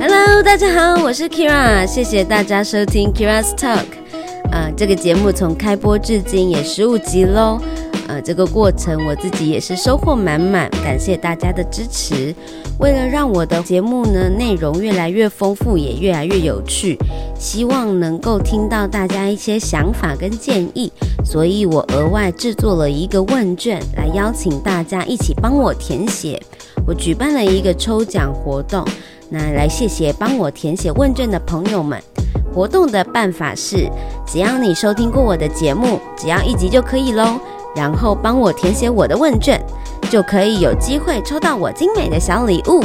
Hello，大家好，我是 Kira，谢谢大家收听 Kira's Talk。呃，这个节目从开播至今也十五集喽。呃，这个过程我自己也是收获满满，感谢大家的支持。为了让我的节目呢内容越来越丰富，也越来越有趣，希望能够听到大家一些想法跟建议，所以我额外制作了一个问卷来邀请大家一起帮我填写。我举办了一个抽奖活动，那来谢谢帮我填写问卷的朋友们。活动的办法是，只要你收听过我的节目，只要一集就可以喽，然后帮我填写我的问卷，就可以有机会抽到我精美的小礼物。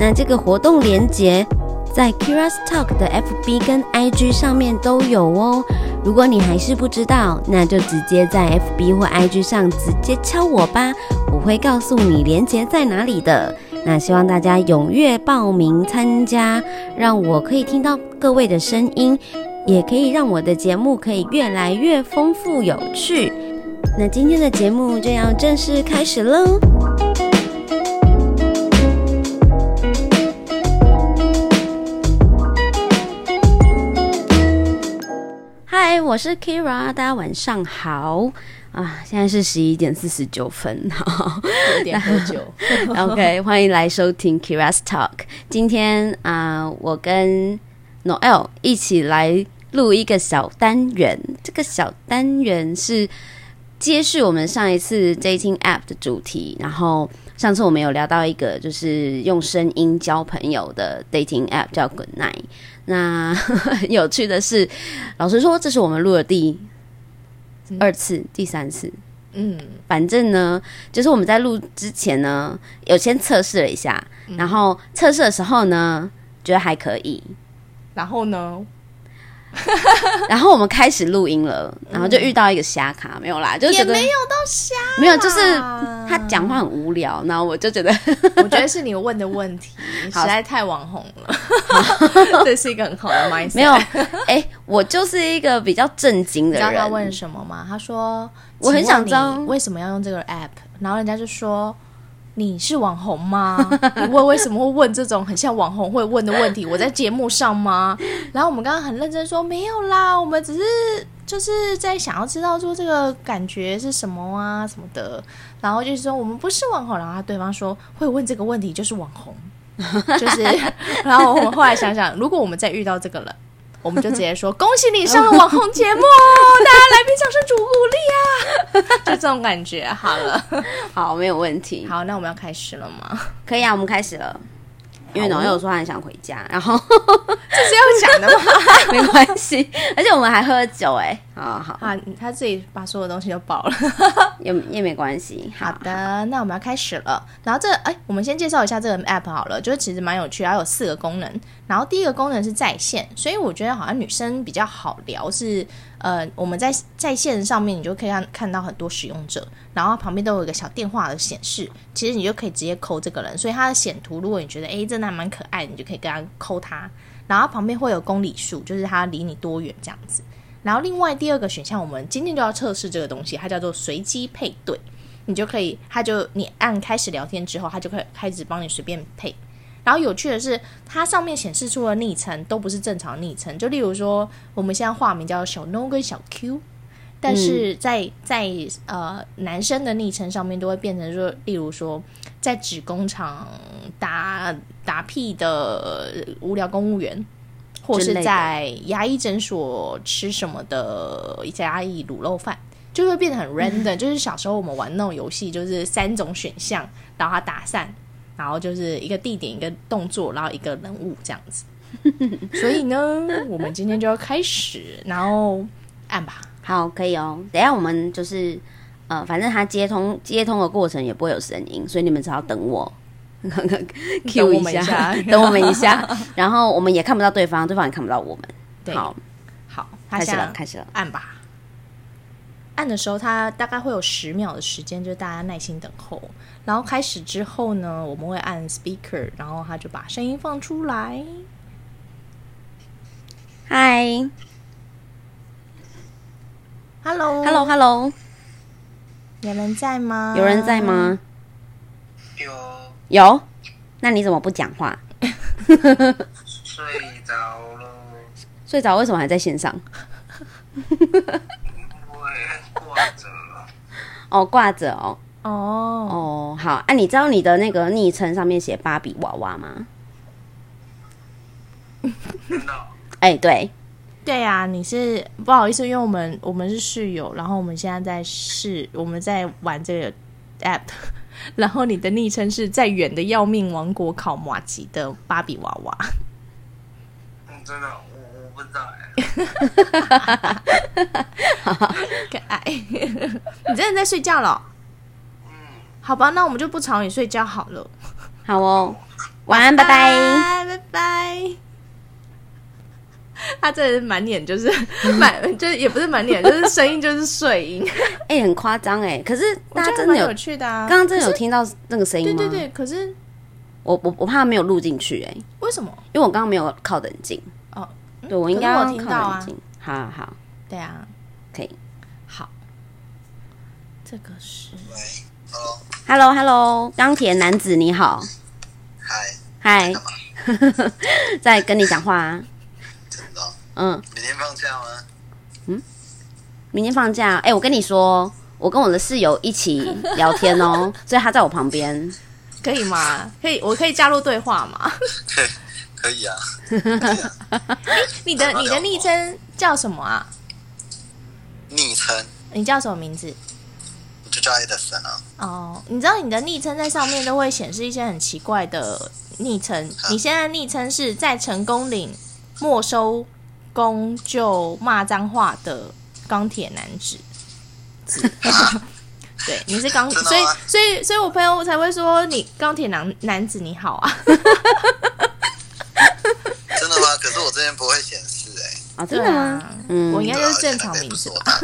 那这个活动链接在 Kira's Talk 的 FB 跟 IG 上面都有哦。如果你还是不知道，那就直接在 FB 或 IG 上直接敲我吧，我会告诉你链接在哪里的。那希望大家踊跃报名参加，让我可以听到各位的声音，也可以让我的节目可以越来越丰富有趣。那今天的节目就要正式开始喽。嗨，我是 Kira，大家晚上好啊！现在是十一点四十九分，好。有点喝 酒， OK，欢迎来收听 Kira's Talk。今天啊、我跟 Noel 一起来录一个小单元。这个小单元是接续我们上一次 dating app 的主题。然后上次我们有聊到一个就是用声音交朋友的 dating app 叫 Good Night。那 很有趣的是，老实说，这是我们录的第二次、第三次。嗯，反正呢，就是我们在录之前呢，有先测试了一下，嗯然后测试的时候呢，觉得还可以， 然后呢，然后我们开始录音了，然后就遇到一个瞎卡，没有啦，就觉嗯也得没有到瞎，没有，就是他讲话很无聊，然后我就 觉得我觉得是你问的问 题，你实好在太网红 了，这是一个很好的 mindset。没有， 哎、我就是一个比较正经你的知道他人，问什么吗？他说：“我很想知道请问你为什么要用这个 app。”然后人家就说：“你是网红吗？ 你问为什么会问这种很像网红会问的问题？我在节目上吗？”然后我们刚刚很认真说：“没有啦，我们只是就是在想要知道说这个感觉是什么啊什么的。”然后就是说我们不是网红，然后他对方说会问这个问题就是网红， 就是。然后我们后来想想，如果我们再遇到这个人。我们就直接说恭喜你上了网红节目，哦大家来宾掌声鼓励哦啊！就这种感觉。好了，好，没有问题，好，那我们要开始了吗？可以啊，我们开始了。因为好农友说他很想回家，然后 这是要讲的吗？没关系，而且我们还喝酒哎、好好 啊，他自己把所有东西都爆了。也也没关系，好的，那我们要开始了。然后这哎，我们先介绍一下这个 app 好了，就是其实蛮有趣，它有四个功能。然后第一个功能是在线，所以我觉得好像女生比较好聊是，呃，我们在在线上面你就可以看看到很多使用者，然后旁边都有一个小电话的显示，其实你就可以直接扣这个人，所以它的显图，如果你觉得哎真的还蛮可爱，你就可以跟他扣他。然后旁边会有公里数，就是它离你多远这样子。然后另外第二个选项，我们今天就要测试这个东西，它叫做随机配对。你就可以，他就你按开始聊天之后，他就可以开始帮你随便配。然后有趣的是，它上面显示出的昵称都不是正常昵称，就例如说，我们现在化名叫小 No 跟小 Q，但是在、在呃男生的昵称上面都会变成说，例如说在纸工厂打打屁的无聊公务员，或之类是的在牙医诊所吃什么的牙医卤肉饭。就会变得很嗯 random，、就是小时候我们玩那种游戏，就是三种选项，然后它打散，然后就是一个地点、一个动作，然后一个人物这样 子。所以呢，我们今天就要开始，然后按吧。好，可以哦。等一下我们就是呃，反正它接通接通的过程也不会有声音，所以你们只要等我。Q 我们一下下， 等我们一下，然后我们也看不到对方，对方也看不到我们。对，好，好，他开始现了，在开始了。按吧。按的时候，它大概会有十秒的时间，就大家耐心等候。然后开始之后呢，我们会按 speaker，然后他就把声音放出来。嗨 Hello ，Hello Hello，有人在吗？有人在？吗？ 有有，那你怎么不讲话？睡着了，睡着为什么还在线上？我也挂着了。哦，挂着哦。哦，哦，好，啊，你知道你的那个昵称上面写芭比娃娃吗？真的哦，哎、对，对啊，你是不好意思，因为我们我们是室友，然后我们现在在试，我们在玩这个 app，然 后你的昵称是在远的要命王国烤马吉的芭比娃娃。嗯，真的哦，我我不知道哎。可爱。 你真的在睡觉了哦、嗯，好吧，那我们就不吵你睡觉好了。好哦，晚安，拜拜。拜拜。 他真的是满脸就是嗯满，就是也不是满脸，就是声音就是 睡音，哎、很夸张哎，可是我大家觉得真的蛮有，有趣的啊。刚刚真的有听到那个声音对吗？对对，可是我我我怕没有录进去哎、为什么？因为我刚刚没有靠得很近。哦，对我应该可是我要有听到靠得啊很近。好好好，对啊，可以。好，这个 是喂 Hello，Hello，Hello，钢铁男子你好，嗨，嗨，在跟你讲话、啊。真的哦，嗯，明天放假吗？明天放假，哎、我跟你说，我跟我的室友一起聊天哦，所以他在我旁边。可以吗？可以，我可以加入对话吗？ 可以啊，你的你的昵称叫什么啊？昵称你叫什么名字？我就叫 Edison 啊。哦，你知道你的昵称在上面都会显示一些很奇怪的昵称。你现在昵称是在成功岭没收工就骂脏话的钢铁男子。对，你是钢，真的所以吗所以所以我朋友才会说你钢铁男男子你好啊。真的吗？可是我这边不会显示哎。哦，真的吗？啊嗯，我应该就是正常名嗯字吧。啊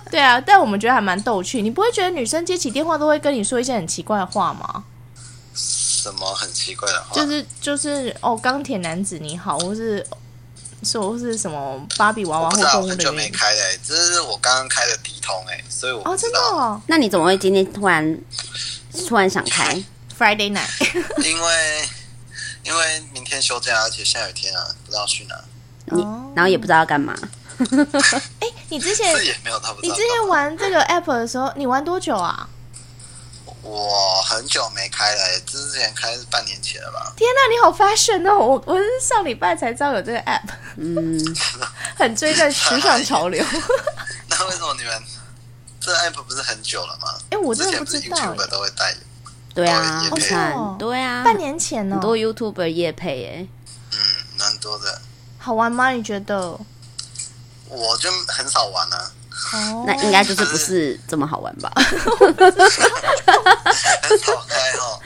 对啊，但我们觉得还蛮逗趣。你不会觉得女生接起电话都会跟你说一些很奇怪的话吗？什么很奇怪的话？就是就是哦，钢铁男子你好，或是说是什么芭比娃我娃不或知道，动物很的久原没因开了、欸，这是我刚刚开的第一通哎、所以我哦，不知真的道。哦那你怎么会今天突然突然想开？ ，Friday night， 哦 因为因为明天休假，而且下雨天啊，不知道去哪。你哦然后也不知道要干嘛？哎，你之前这也没有他不知你道之。前玩这个 app 的时候，你玩多久啊？我很久没开了、欸，这之前开是半年前了吧？天呐，你好 fashion 哦！我我是上礼拜才知道有这个 app，嗯， 很追在时尚潮 流。那为什么你们这 app 不是很久了吗？哎，我真之的前不不是知道欸 YouTube 都会带有，对啊，哦你是哦看，对啊，哎，半年前很多哦， YouTuber 夜配哎，嗯，蛮多的。好玩吗？你觉得？哦我就很少玩 啊，哦，那应该就是不是这么好玩吧？很少开哦。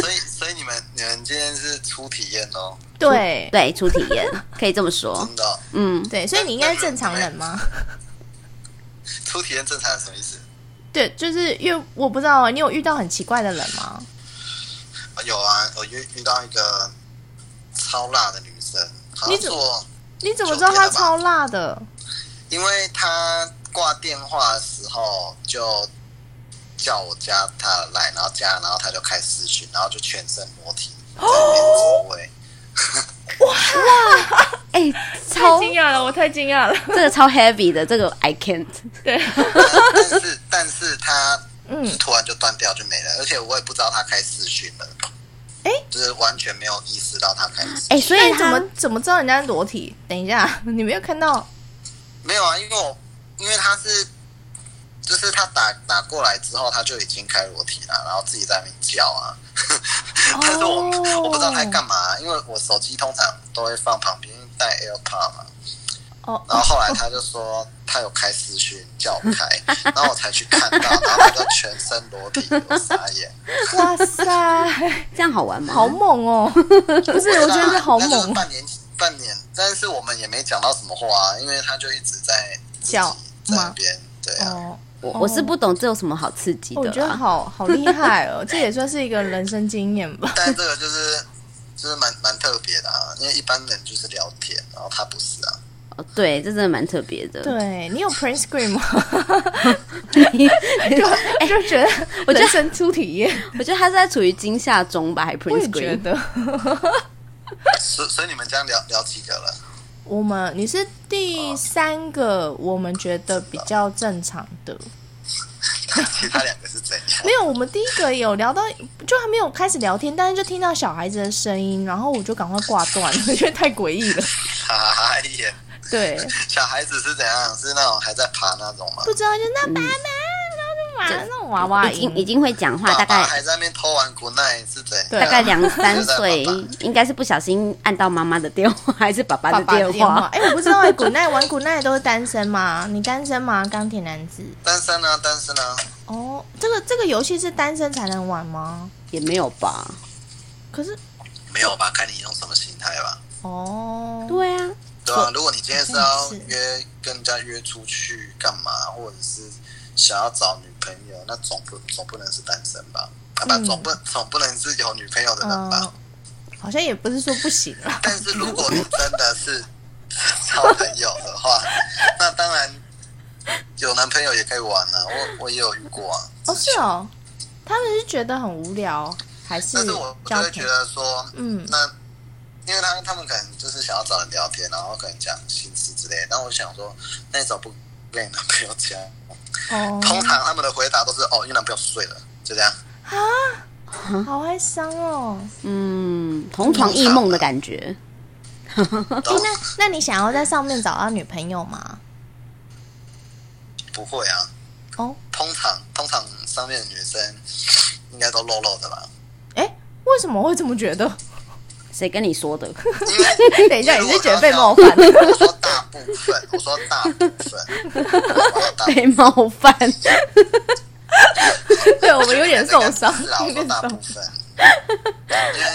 所以所以你们你们今天是初体验哦， 对对，初体验 可以这么说。真的哦、嗯，对，所以你应该是正常人吗？初体验正常是什么意思？对，就是因为我不知道啊，你有遇到很奇怪的人吗？有啊，我遇遇到一个超辣的女生，好你像怎做，你怎么知道他超辣的？因为她挂电话的时候就叫我加她的来，然后加，然后她就开视讯，然后就全身裸体在那边走位，哎、超 讶了，我太惊讶了。 这个超 heavy 的，这个 I can't。对，但但是 但是她嗯，突然就断掉就没了，而且我也不知道她开视讯了，诶就是完全没有意识到她开视讯。哎、所以那你怎他么怎么知道人家裸体？等一下，你没有看到？没有啊，因为我因为他是，就是他打打过来之后，他就已经开裸体了，然后自己在那边叫啊。 但是我、哦我不知道他在干嘛，因为我手机通常都会放旁边带 AirPod 嘛。哦，然后后来他就说 他有开私讯叫我开， 然后我才去看到，然后他就全身裸体，我傻 眼。哇塞，这样好玩吗？好猛哦！不是，我觉那得这好那就是猛，半年半年，但是我们也没讲到什么话、啊，因为他就一直在自己叫在那吗边，对啊。哦。我我是不懂这有什么好刺激我的啊觉得啦。哦好好厉害哦，这也算是一个人生经验吧。但这个就是就是蛮蛮特别的啊，因为一般人就是聊天，然后他不是 啊。哦，对，这真的蛮特别的。 对你有 print screen 吗？对，就就哎觉得我觉得人生初体验，我觉得他是在处于惊吓中吧，还 print 我也觉 screen。得。所所以你们这样聊聊几个人？我们你是第三个，我们觉得比较正常的。其他两个是怎样？ 没有，我们第一个有聊到，就还没有开始聊天，但是就听到小孩子的声音，然后我就赶快挂断了， 因为太诡异了。哎呀，对，小孩子是怎样？是那种还在爬那种吗？不知道就那爸爸，然后就娃那种娃娃已经已音，经会讲话，爸大爸概还在那边偷玩 good night 是怎样？对大概两三岁爸爸，应该是不小心按到妈妈的电话还是爸爸爸的爸的电电话话。。哎，我不知道哎，古奈玩古奈都是单身吗？ 你单身吗？钢铁男子。单身啊，单身啊，哦，这个这个游戏是单身才能玩吗？也没有吧？可是没有吧？看你用什么心态吧。哦，对啊，对啊，如果你今天是要好嗯像是约跟人家约出去干嘛，或者是想要找女朋友，那总不总不能是单身吧？啊不，嗯总不总不能是有女朋友的人嗯、吧？好像也不是说不行啊。 但是如果你真的是 找朋友的话，那当然有男朋友也可以玩啊。我我也有遇过啊，哦，是哦，他们是觉得很无聊，还是但是我我就交会朋觉友？得说，嗯那因为他他们可能就是想要找人聊天，然后可能讲心事之类的。那我想说，那你怎么不跟你男朋友讲？哦，通常他们的回答都是哦，因为男朋友睡了，就这样。好哀伤哦。嗯，同床异梦的感觉。哎然后那那你想要在上面找到女朋友吗？不会啊，哦，通常通常上面的女生应该都露露的吧？哎，为什么会这么觉 得？谁跟你说 的？因为等一下因为你是我觉得刚刚被讲冒犯 我说大部分，我说大部分，我说大部分被冒犯？对我们有点受 伤是啊，，我有说点大受部伤。分，因为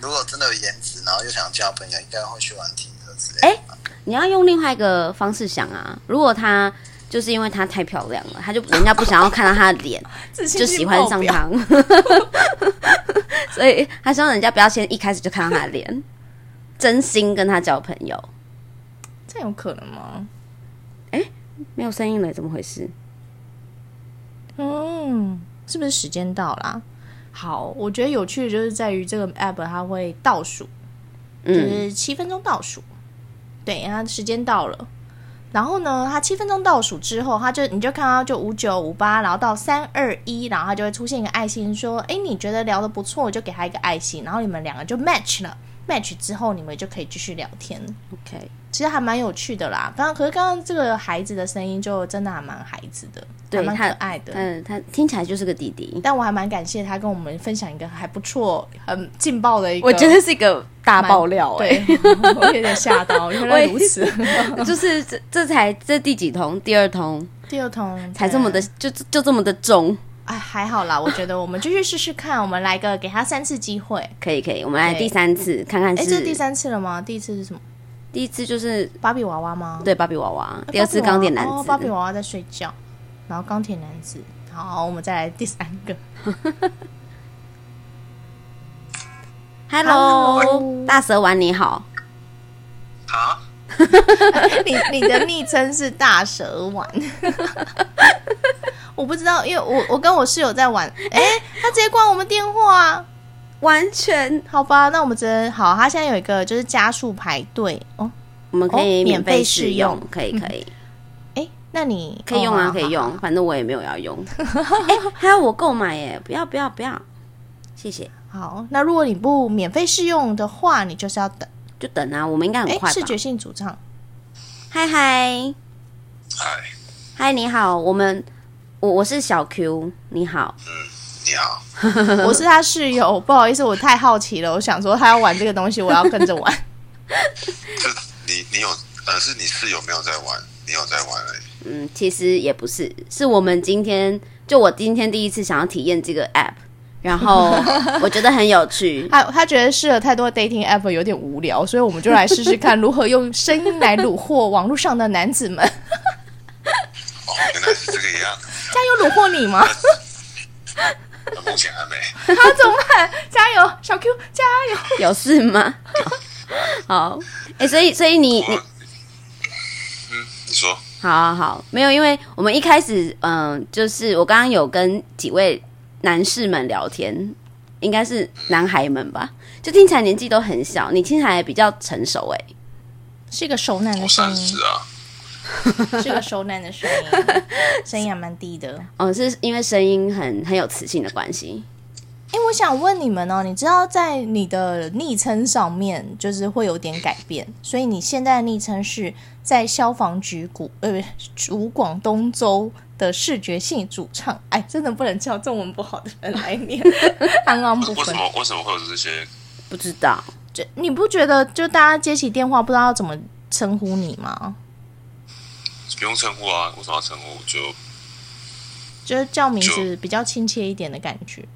如果真的有颜值，然后又想交朋友，应该会去玩体格之类的。哎、你要用另外一个方式想啊。如果她就是因为她太漂亮了，她就人家不想要看到她的 脸，自信就喜欢上他。 她，所以她希望人家不要先一开始就看到她的脸，真心跟她交朋友。这有可能吗？没有声音了，怎么回事？嗯，是不是时间到啦？好，我觉得有趣的就是在于这个 app 它会倒数，就嗯，是七分钟倒数。对，然后时间到了，然后呢，它七分钟倒数之后，它就你就看到就五九五八，然后到三二一，然后它就会出现一个爱心，说：“哎，你觉得聊得不错，就给他一个爱心。”然后你们两个就 match 了，match 之后你们就可以继续聊天。 ，OK，其实还蛮有趣的啦。刚刚可是刚刚这个孩子的声音就真的还蛮孩子的，还对蛮可他爱的。嗯，她听起来就是个弟弟，但我还蛮感谢他跟我们分享一个还不错、很劲爆的一个，我觉得是一个大爆料、哎，对， 我有点吓到，原来如此。 就是这这才这第几通，第二通第二桶才这么的，就就这么的重。哎，还好啦，我觉得我们继续试试看，我们来个给他三次机会。可以可以，我们来对第三次看看哎，是这是第三次了吗？第一次是什么？第一次就是芭比娃娃吗？对芭比娃娃，哎，第二次钢铁男芭比娃娃哦，子，芭比娃娃在睡觉，然后钢铁男子。好，我们再来第三个。Hello Hello，大蛇丸你好，好，你你的昵称是大蛇丸， 我不知道，因为我我跟我室友在玩，哎、他直接挂我们电话、啊，完全好吧，那我们只能好，他现在有一个就是加速排队哦，我们可以哦免免费费试试用用，可以可以哎、那你可以用啊，可以，哦好好用，反正我也没有要 用，哎，还要我购买耶，不要不要不要，谢谢，好，那如果你不免费试用的话，你就是要等，就等啊，我们应该很哎、快视吧觉。性主 唱，嗨嗨嗨，嗨，你好，我们我我是小 Q，你好，你好，我是他室友， 不好意思，我太好奇了，我想说他要玩这个东西，我要跟着玩， 就你你有呃是你室友没有在玩，你有在玩而已。嗯，其实也不是，是我们今天就我今天第一次想要体验这个 app，然后 我觉得很有趣，他他觉得试了太多 dating app 有点无聊，所以我们就来试试看如何用声音来虏获网络上的男子 们。哦，原来是这个样子。 这样有虏获你吗？那目前还没。他怎么办？加油，小 Q，加油！有事吗？ 好，哎、所以所以你你我嗯，你说好好好，没有，因为我们一开始，嗯、就是我刚刚有跟几位男士们聊天，应该是男孩们吧，就听起来年纪都很小，你听起来比较成熟、欸，哎，是一个熟男的我声三 音十，啊，是个熟男的声音，声音还蛮低的。哦，是因为声音很很有磁性的关系，哎、我想问你们哦，你知道在你的昵称上面就是会有点改变，所以你现在的昵称是在消防局古呃不是主广东州的视觉性主唱。哎，真的不能叫中文不好的人来念， 刚刚不为什分。么为什么会有这些？不知道，就你不觉得就大家接起电话不知道要怎么称呼你吗？不用称呼啊，为什么要称呼？就就是叫名字比较亲切一点的感觉。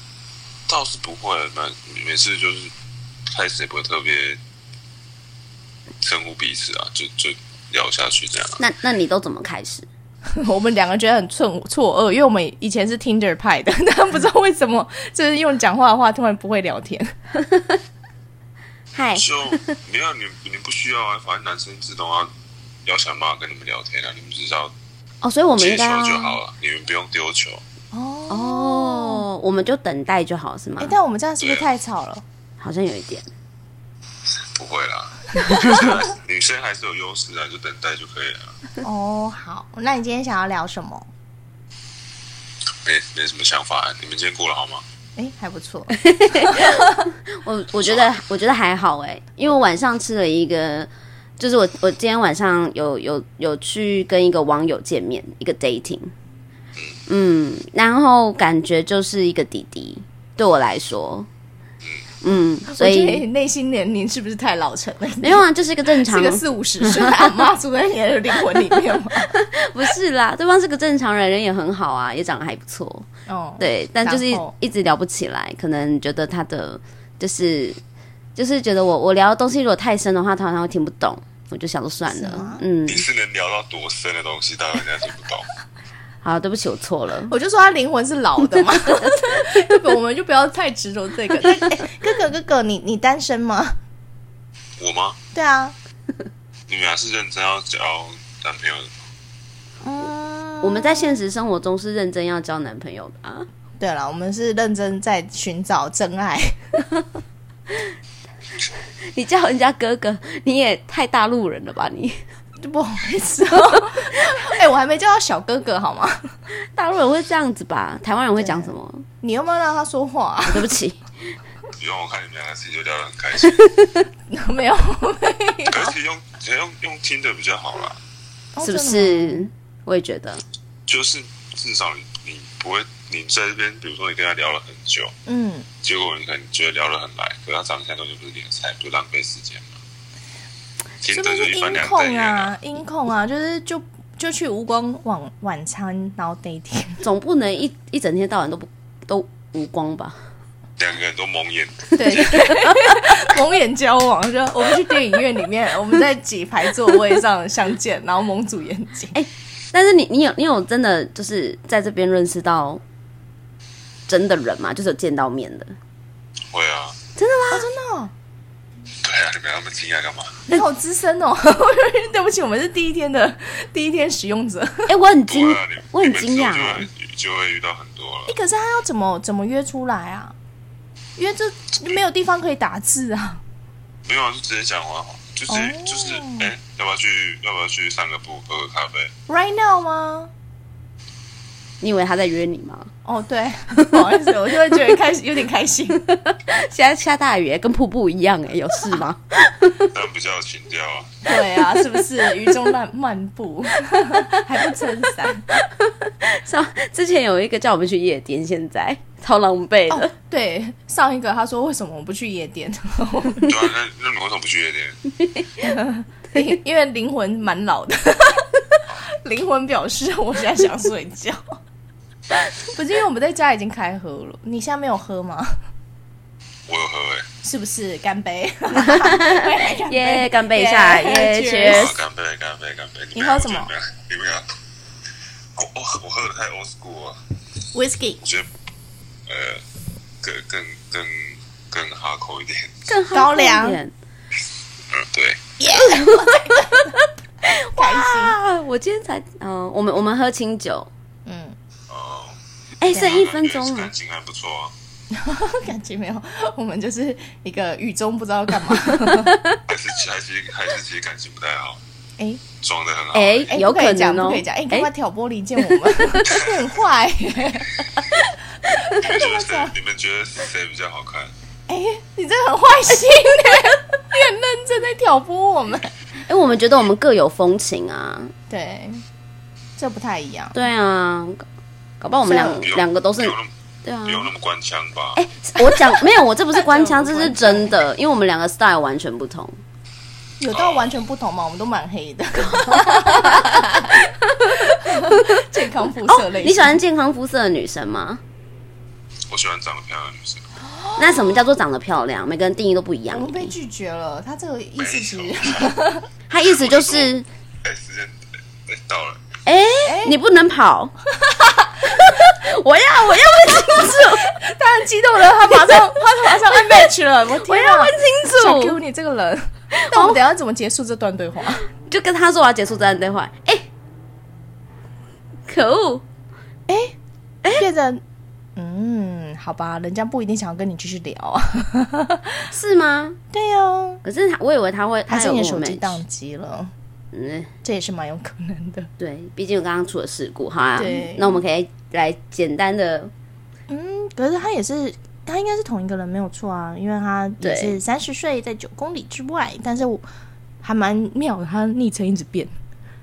倒是不会，啊每每次就是开始也不会特别称呼彼此啊，就就聊下去这样啊。那那你都怎么开始？我们两个觉得很错错愕，因为我们以前是 Tinder 派的， 但不知道为什么就是用讲话的话突然不会聊天。嗨，就没有你，你不需要啊，反正男生自动要要想办法跟你们聊天啊，你们只要哦，所以我们接应球该就要好了，你们不用丢球。哦，哦，我们就等待就好，是吗哎、？但我们这样是不是太吵了？好像有一点，不会 啦，女生还女生还是有优势啊，就等待就可以 了，哦，好，那你今天想要聊什么？没没什么想法、啊你们今天过得好吗？哎、还不 错，我我觉啊得我觉得还好哎、因为我晚上吃了一个，就是我我今天晚上有有有去跟一个网友见面，一个 dating，嗯，然后感觉就是一个弟弟，对我来说，嗯，所我觉得你以内心年龄是不是太老成了？没有啊，就是一个正常是个四五十岁的阿妈住在你的灵魂里面 吗？不是啦，对方是个正常人，人也很好啊，也长得还不错，哦，，对，但就是一然后一直聊不起来，可能觉得他的就是就是觉得我我聊的东西如果太深的话，他好像会听不懂，我就想说算是吗了，嗯你，是能聊到多深的东西，当然人家听不懂。好，对不起，我错了。我就说他灵魂是老的嘛， 这个我们就不要太执着 这个。但哎哥哥哥哥，你你单身吗？我吗？对啊，你们还是认真要交男朋友的吗？嗯，我们在现实生活中是认真要交男朋友的啊， 对了，我们是认真在寻找真 爱。你叫人家哥哥，你也太大陆人了吧你？ 不好意思、哦，哎、我还没叫到小哥哥好吗？大陆人会这样子吧？台湾人会讲什么？你有没有让他说话、啊对不起，不用，我看你们两个自己就聊得很 开 心。没有，而且用其实用用听的比较好啦，是不哦？是？我也觉得，就是至少你你不会你在这边，比如说你跟他聊了很久，真的吗嗯，结果你可能觉得聊得很来，可是他长相都西不是你的菜，不就浪费时间吗？听是不的就是一音般两瞪控眼啊。啊？音控啊，就是就就去无光晚晚餐，然后 dating。总不能一一整天到晚都不都无光吧？两个人都蒙眼，对， 蒙眼交往，就我们去电影院里面，我 们在几排座位上相见，然后蒙住眼睛。但是你你有你有真的就是在这边认识到真的人吗？就是有见到面 的？会啊，哦，真的、哦，对啊，你们那么惊讶干嘛？你好资深哦！ 对不起，我们是第一天的第一天使用者。哎、我很惊不会啊，你，我很惊讶、你哎们之后就会就会遇到很多哎、了。可是他要怎么怎么约出来啊？因为这没有地方可以打字啊。没有啊，就直接讲完好，就直接哦就是，哎，要不要去？要不要去散个步，喝个咖 啡？ Right now 吗？你以为他在约你吗？哦，对， 不好意思，我就会觉得开始有点开 心。现在下大雨、哎跟瀑布一样、哎，有事 吗？但比较有情调啊。对啊，是不是雨中漫漫 步，还不撑伞？上之前有一个叫我们去夜店，现在 超狼狈的。哦，对，上一个他说为什么我不去夜店？ 对啊，那那你们为什么不去夜店？因因为灵魂蛮 老的，灵魂表示我现在想睡觉。不是因为我们在家已经开喝了，你现在没有喝吗？我有喝哎，是不是？干杯！干耶干杯一 下耶 Yes 好啊干杯，干杯，干杯！你们俩喝什么我觉得你们俩，我我我喝的太 old school 了， Whisky 我觉得，呃，更更更更哈口一点。 更好高粱一点嗯，对， 开心。啊！我今天才嗯、我们我们喝清酒，嗯，哦、哎，对啊剩一分钟感觉了感。情还不错啊， 感情没有，我们就是一个雨中不知道干嘛。 还是其还是还是其实感情不太好，哎装的很好。哎哎，有不可以可讲，能哦不可以讲。哎，你干嘛挑拨离间我们？ 你很坏耶。你们觉得这么 谁？你们觉得谁比较好看？哎，你这很坏心耶，你很认真在挑拨我们。哎，我们觉得我们各有风情啊，对，这不太一样。对啊，搞不好我们两不啊用两个都是不用那么对啊不。用那么官腔吧？ 哎，我讲没有，我这不是官腔，这这种是不真的，因为我们两个 style 完全不同。哦有到完全不同吗？我们都蛮黑 的，健康肤色类型。哦你喜欢健康肤色的女生吗？我喜欢长得漂亮的女生。那什么叫做长得漂亮？每个人定义都不一样哦我。们被拒绝了，他这个意思其没实他意思就是，哎，时间哎到了，哎、你不能 跑。我要，我要问清楚， 他很激动了，他马上他马上按 match 了， 我我天要啊问！小清 Q，楚。你这个人，那我们等一下怎么结束这段对话？就跟他说我要结束这段对话。哎、可恶！哎变成嗯，好吧，人家不一定想要跟你继续聊 啊。是吗？对啊，可是他，我以为他会，还他是有你的跟我手们机宕机了，嗯，这也是蛮有可能的。对，毕竟我刚刚出了事故，好啊对。那我们可以来简单的，嗯，可是他也是，他应该是同一个人没有错啊，因为他也对是三十岁，在九公里之外，但是我还蛮妙的，他昵称一直变，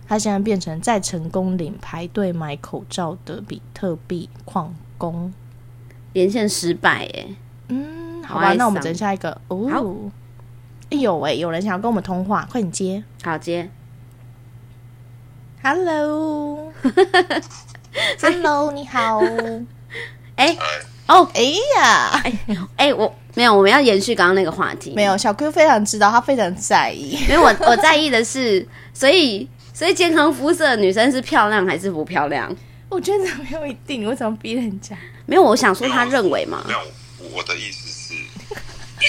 他现在变成在成功岭排队买口罩的比特币矿工。连线失败、耶。嗯，好好吧，哀那我们伤等下一个好哦。哎有哎、有人想要跟我们通话，快点接。哎，好接。 Hello，Hello，你好。哎、哎，哦，哎呀，哎、我没有，我们要延续刚刚那个话题。没有，小 Q 非常知道，他非常在意。因为我我在意的是， 所以所以健康肤色的女生是漂亮还是不漂亮？我觉得没有一定，为什么逼人家？没有，我想说她认为啊嘛没，有，我我的意思是，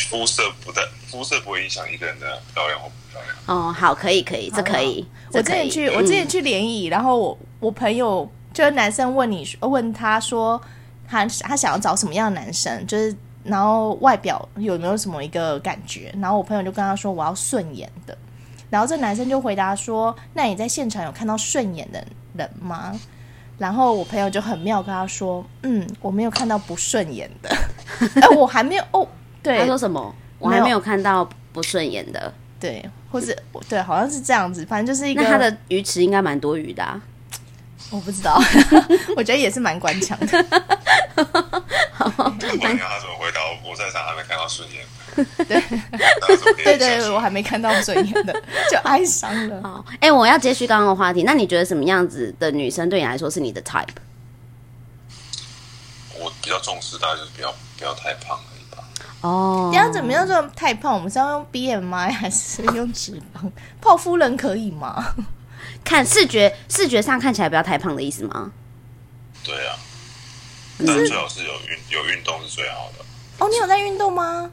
肤色不但肤色不会影响一个人的漂亮或不漂 亮。哦，好，可以可以，这可以，这我之可前以。嗯去，我之前去联谊，然后我我朋友就是男生问你问他说他他想要找什么样的男生，就是然后外表有没有什么一个感觉，然后我朋友就跟他说我要顺眼的，然后这男生就回答说那你在现场有看到顺眼的人吗？然后我朋友就很妙跟他说，嗯，我没有看到不顺眼 的，哎、我还没有哦，对，他说什么？我还没有没有看到不顺眼的。对，或是对，好像是这样子，反正就是一个那她的鱼池应该蛮多余的、啊。我不知道， 我觉得也是蛮官腔 的。我看他怎么回答，我我在场还没看到顺眼。 对那怎么可以对相对，信我还没看到顺眼 的，就哀伤了。好，哎、我要接续刚刚的话题。那你觉得什么样子的女生对你来说是你的 type？我比较重视大家就是不要不要太胖而已吧。哦，你要怎么样做太胖？我们是要用 BMI 还是用脂肪？泡芙人可以吗？看视觉？视觉上看起来不要太胖的意思吗？对啊，但最好是有运有运动是最好的。哦，你有在运动吗？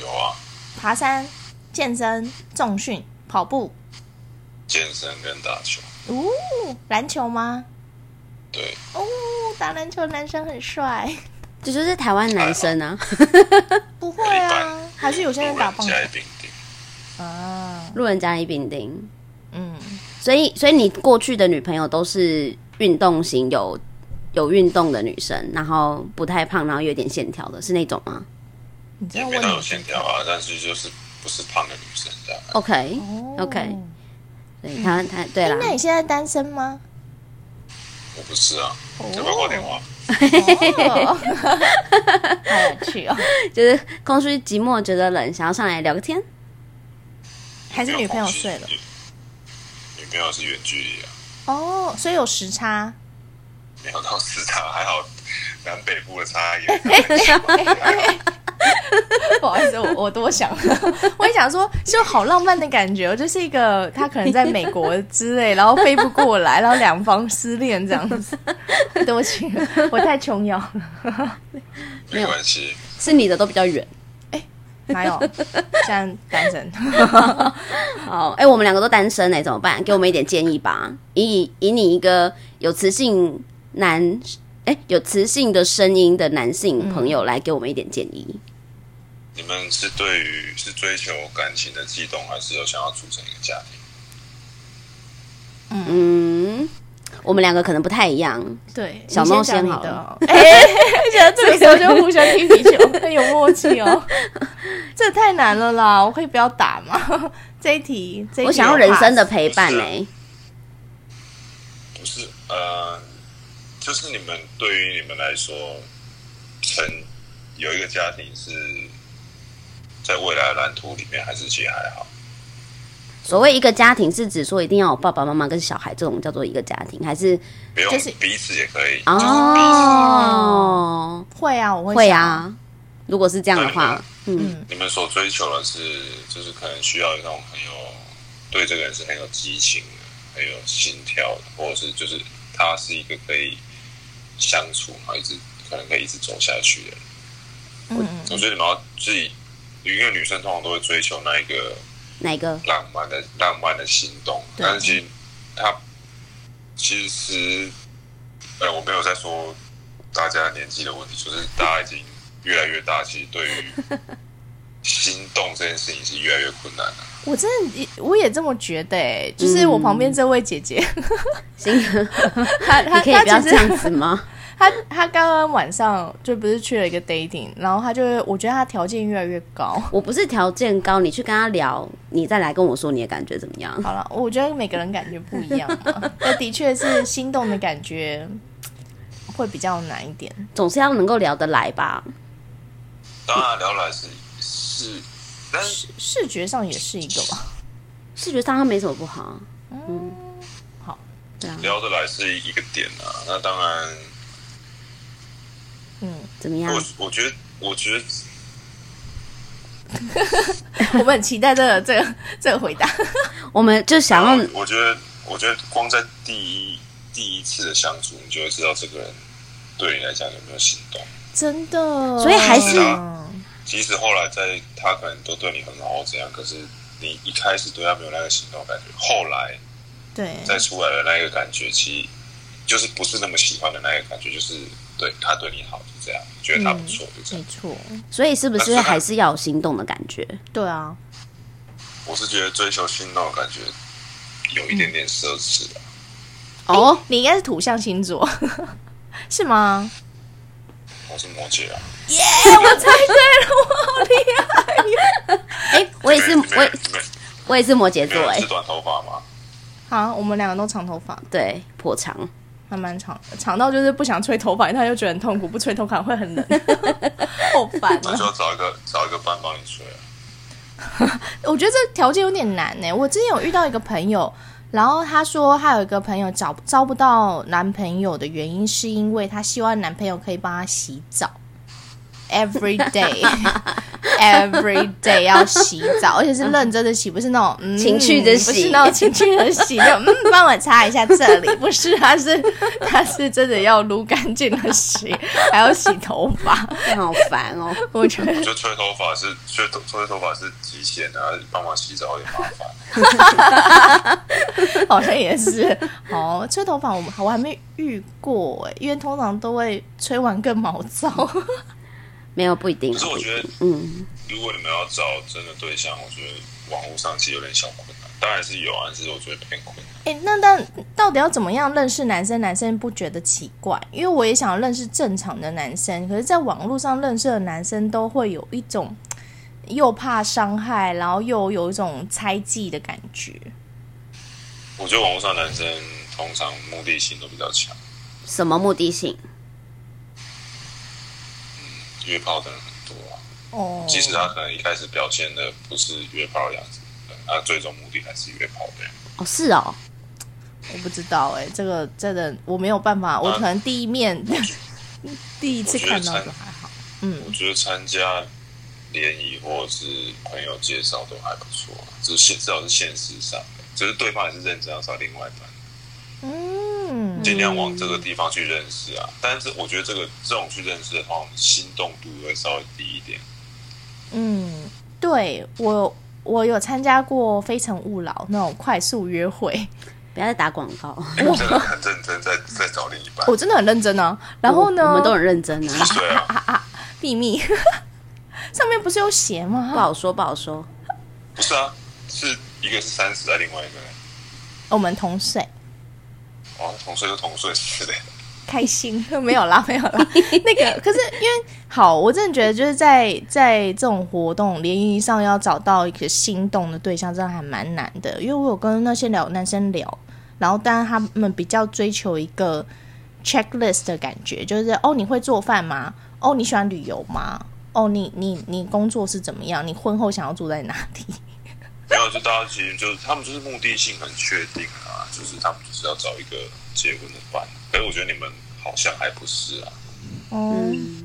有啊，爬山、健身、重训、跑步，健身跟打球。哦，篮球吗？对，哦，打篮球男生很帅，这就是台湾男生啊，不会一啊般，还是有些人打棒路球人甲乙丙丁。啊，路人甲乙丙丁。嗯，所以，所以你过去的女朋友都是运动型有有运动的女生，然后不太胖，然后有点线条的，是那种吗你这也样没问到有我线条啊，但是就是不是胖的女生这样。 ？OK，哦 OK 对，她她对啦诶，那你现在单身吗？我不是啊，哦要不要挂电话？哦，好有趣哦！就是空虚寂寞觉得冷，想要上来聊个天。 还是女朋友睡了女女朋友是远距离啊，哦，所以有时差。没有到时差，还好南北部的差异。哦还好不好意思，我我多想了，我也想说，就好浪漫的感觉哦，就是一个他可能在美国之类，然后飞不过来，然后 两方失恋这样子。对不起，我太琼瑶了。没没有关系，是你的都比较远。哪有？这样单身，好，哎、我们两个都单身哎、怎么办？给我们一点建议吧。以以你一个有磁性男，哎、有磁性的声音的男性朋友来给我们一点建议。你们是对于是追求感情的悸动，还是有想要组成一个家庭？嗯，我们两个可能不太一样。对，小你猫先先讲你好的了哦。 哎，现在这个时候就互相踢皮 球，很有默契哦。 这太难了啦，我可以不要打吗？ 这一题，这一题我想要人生的 pass 陪伴哎、不是，呃，就是你们对于你们来说，成有一个家庭是在未来的蓝图里面，还是其实还好？所谓一个家庭，是指说一定要有爸爸妈妈跟小孩这种叫做一个家庭，还是不用、就是彼此也可以，就是彼此。哦？会啊，我会会想啊，如果是这样的话，嗯，嗯，你们所追求的是，就是可能需要那种很有对这个人是很有激情的，很有心跳的，或者是就是他是一个可以相处，然后一直可能可以一直走下去的人。嗯嗯，我觉得你们要自己，因为女生通常都会追求那一个哪一个？浪漫的浪漫的心动，对但是其实他其实，呃，我没有在说大家年纪的问题，就是大家已经越来越大，其实对于心动这件事情是越来越困 难了。我真的也我也这么觉得哎，就是我旁边这位姐姐，嗯 行， 她你她可以不要她其这实样子吗？ 她她刚刚晚上就不是去了一个 dating，然后她就我觉得她条件越来越高。我不是条件高，你去跟他聊，你再来跟我说你的感觉怎么样？好了，我觉得每个人感觉不一样 嘛，但的确是心动的感觉会比较难一点。总是要能够聊得来吧？当然，聊来是是，但是视视觉上也是一个吧，嗯视觉上他没什么不好，啊聊得来是一个点啊。那当然，嗯，怎么样？我我觉得，我觉得我们很期待这个这个这个回答。我们就想要我觉得，我觉得光在第一第一次的相处，你就会知道这个人对你来讲有没有心动。真的，嗯所以还是即使后来在他可能都对你很好或怎样，可是你一开始对他没有那个心动感觉，后来对，再出来的那一个感觉，其实就是不是那么喜欢的那一个感觉，就是对他对你好就这样，觉得他不错就这嗯没样。错，所以是不是还是要有心动的感觉？对啊，我是觉得追求心动的感觉有一点点奢侈啊。哦，你应该是土象星座， 是吗？我是摩羯啊，哎、我也是，你们我也你们我也是摩羯你座、们哎是，短头发吗？好，我们两个都长头发，对，颇长。还蛮长的，长到就是不想吹头发，他又觉得很痛苦，不吹头发会很 冷，好烦那啊就！要找一个找一个伴帮你吹啊。我觉得这条件有点难呢、我之前有遇到一个朋友，然后她说她有一个朋友找招不到男朋友的原因，是因为她希望男朋友可以帮她洗澡，every day，every day 要洗澡，而且是认真的洗，不是那种、嗯、情趣的洗不是那种情趣的 洗，就嗯，帮我擦一下这里，不是，她是她是真的要撸干净的洗，还要洗头发，好烦哦！我觉得我觉得吹头发是吹头吹头发是极限的、啊，帮忙洗澡有点麻烦。 好像也是。哦，吹头发我们我还没遇过哎，因为通常都会吹完更毛躁。 没有不一定啊，可是我不一觉得定嗯，如果你们要找真的对象，我觉得网络上其实有点小困难，当然是有啊，但是我觉得偏困难。哎，那但到底要怎么样认识男生？男生不觉得奇怪？因为我也想认识正常的男生，可是，在网络上认识的男生都会有一种又怕伤害，然后又有一种猜忌的感觉。我觉得网络上男生通常目的性都比较强，什么目的性？约炮的人很多啊。哦，即使他可能一开始表现的不是约炮的样子，他最终目的还是约炮的样子。哦，是哦，我不知道哎，这个真的我没有办法，我啊可能第一面、 第一次我觉得看到参就还好。嗯，我觉得参加联谊或者是朋友介绍都还不错啊，只是现至少是现实上的，只是对方也是认真要找另外一半。嗯，尽量往这个地方去认识啊。但是我觉得这个这种去认识的话，我们心动度会稍微低一点。嗯，对我我有参加过《非诚勿扰》那种快速 约会，不要再打广告。因为我真的很认真在在找另一半我、。真的很认真啊。然后呢，我我们都很认真啊，对啊， 秘密上面不是有写不吗？好说，不好说。不是啊，是一个是三十啊，另外一个呢我们同岁。哦，同岁就同岁之类的。开心 没有啦，没有啦。 那个，可是因为好，我真的觉得就是在在这种活动联谊上要找到一个心动的对象，真的还蛮难的。因为我有跟那些聊男生聊，然后当然他们比较追求一个 checklist 的感觉，就是哦，你会做饭吗？哦，你喜欢旅游吗？哦，你你你工作是怎么样？你婚后想要住在哪里？没有，就大家其实就是他们就是目的性很确定啊，就是他们就是要找一个结婚的伴。可是我觉得你们好像还不是啊，哦、嗯，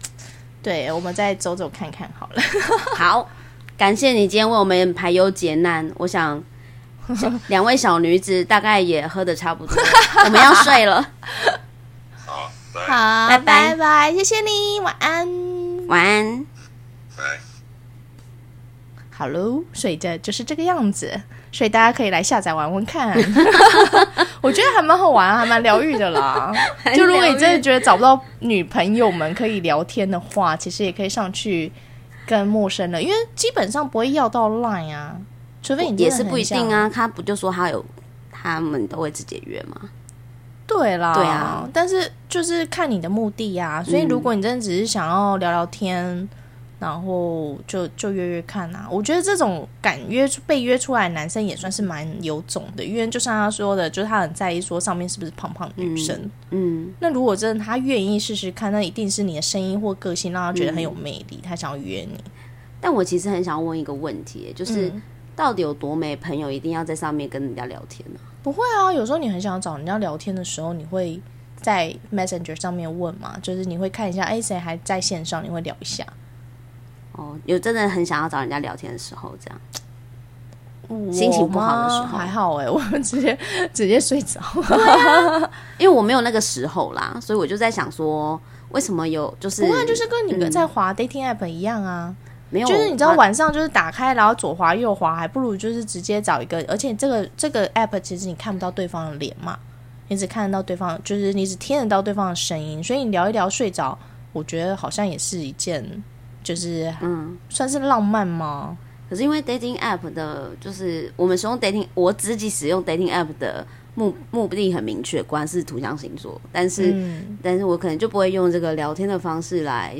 对，我们再走走看看好了。 好，感谢你今天为我们排忧解难。我 想，两位小女子大概也喝的差不多了， 我们要睡 了。好，来好，拜拜拜拜，谢谢你，晚安。晚安。来。好喽，睡着就是这个样子，所以大家可以来下载玩 玩看， 我觉得还蛮好玩啊，还蛮疗愈的 啦还。就如果疗你愈真的觉得找不到女朋友们可以聊天的话，其实也可以上去跟陌生人，因为基本上不会要到 Line 啊，除非你真也的是很不一定想。啊，他不就说他有，他们都会自己约吗？对啦，对啊，嗯但是就是看你的目的啊，所以如果你真的只是想要聊聊天。然后就就约约看啊，我觉得这种敢约出被约出来的男生也算是蛮有种的，因为就像他说的，就是他很在意说上面是不是胖胖的女生。嗯，那如果真的他愿意试试看，那一定是你的声音或个性让他觉得很有魅嗯力，他想要约你。但我其实很想问一个问题，就是、嗯到底有多没朋友，一定要在上面跟人家聊天呢、不会啊，有时候你很想找人家聊天的时候，你会在 Messenger 上面问嘛，就是你会看一下，哎，谁还在线上，你会聊一下。哦，有真的很想要找人家聊天的时候，这样心情不好的时候我吗还好 哎、我们直接直接睡着。因为我没有那个时候啦，所以我就在想说，为什么有就是不过就是跟你们嗯在滑 dating app 一样啊，没有，就是你知道我晚上就是打开，然后左滑右滑，还不如就是直接找一个，而且这个这个 app 其实你看不到对方的脸嘛，你只看得到对方，就是你只听得到对方的声音，所以你聊一聊睡着，我觉得好像也是一件就是嗯，算是浪漫吗？可是因为 dating app 的，就是我们使用 dating，我自己使用 dating app 的目目的很明确，果然是图像星座，但是、嗯，但是我可能就不会用这个聊天的方式来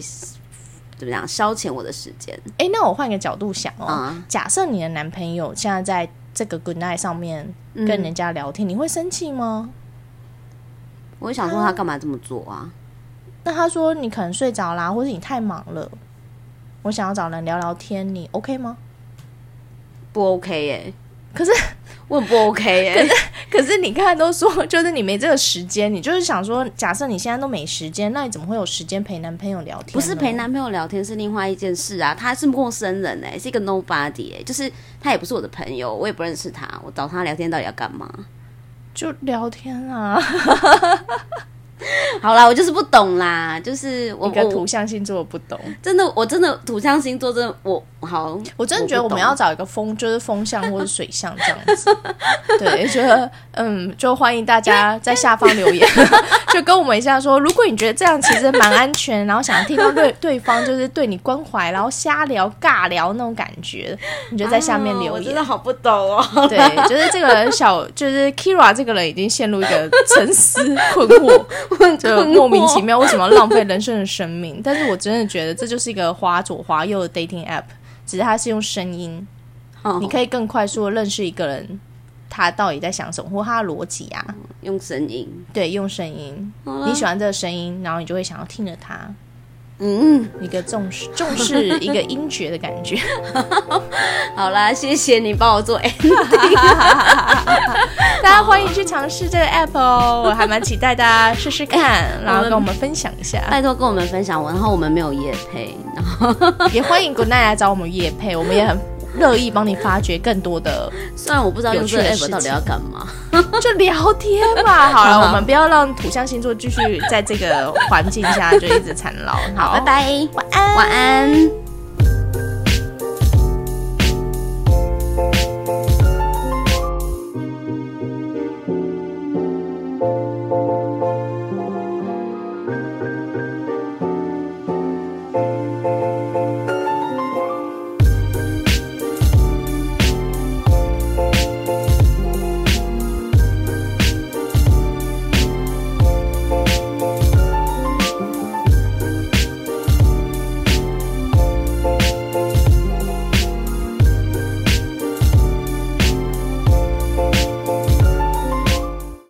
怎么样消遣我的时间哎、那我换个角度想哦，啊，假设你的男朋友现在在这个 Good Night 上面嗯跟人家聊天，你会生气吗？我就想说他干嘛这么做啊？那他说你可能睡着啦，或者你太忙了，我想要找人聊聊天，你 OK 吗？ 不 OK 耶、可是我很不 OK 耶、 可是你看都说，就是你没这个时间，你就是想说，假设你现在都没时间，那你怎么会有时间陪男朋友聊天呢？不是陪男朋友聊天是另外一件事啊，他是陌生人哎、是一个 nobody 哎、就是他也不是我的朋友，我也不认识他，我找他聊天到底要干嘛？ 就聊天啊，好啦，我就是不懂啦，就是我一个图我像星座我不懂，真的我真的土象星座真的我好，我真的觉得我不懂们要找一个风，就是风象或者水象这样子。 对，觉得嗯，就欢迎大家在下方留言， 就跟我们一下说，如果你觉得这样其实蛮安全，然后想听到对对方就是对你关怀，然后瞎聊尬聊那种感觉，你就在下面啊留我言真。的好不懂 哦。对，就是这个小，就是 Kira 这个人已经陷入一个沉思困 惑，就莫名其妙为什么要浪费人生的生命？但是我真的觉得这就是一个滑左滑右的 dating app，只是它是用声音，好，你可以更快速的认识一个人，他到底在想什么或他的逻辑啊。用声音，对，用声音，你喜欢这个声音，然后你就会想要听着它，嗯，一个重视重视一个音觉的感觉。好啦，谢谢你帮我做 A，大家欢迎去尝试这个 app 哦，我还蛮期待大家试试看，然后跟我们分享一下。拜托跟我们分享，然后我们没有夜配，然后也欢迎 Good Night 来找我们夜配，我们也很乐意帮你发掘更多的，虽然我不知道用这个有趣的 app 到事底情要干嘛，就聊天嘛。好好了，我们不要让土象星座继续在这个环境下就一直缠绕。好，拜。拜，晚安晚安。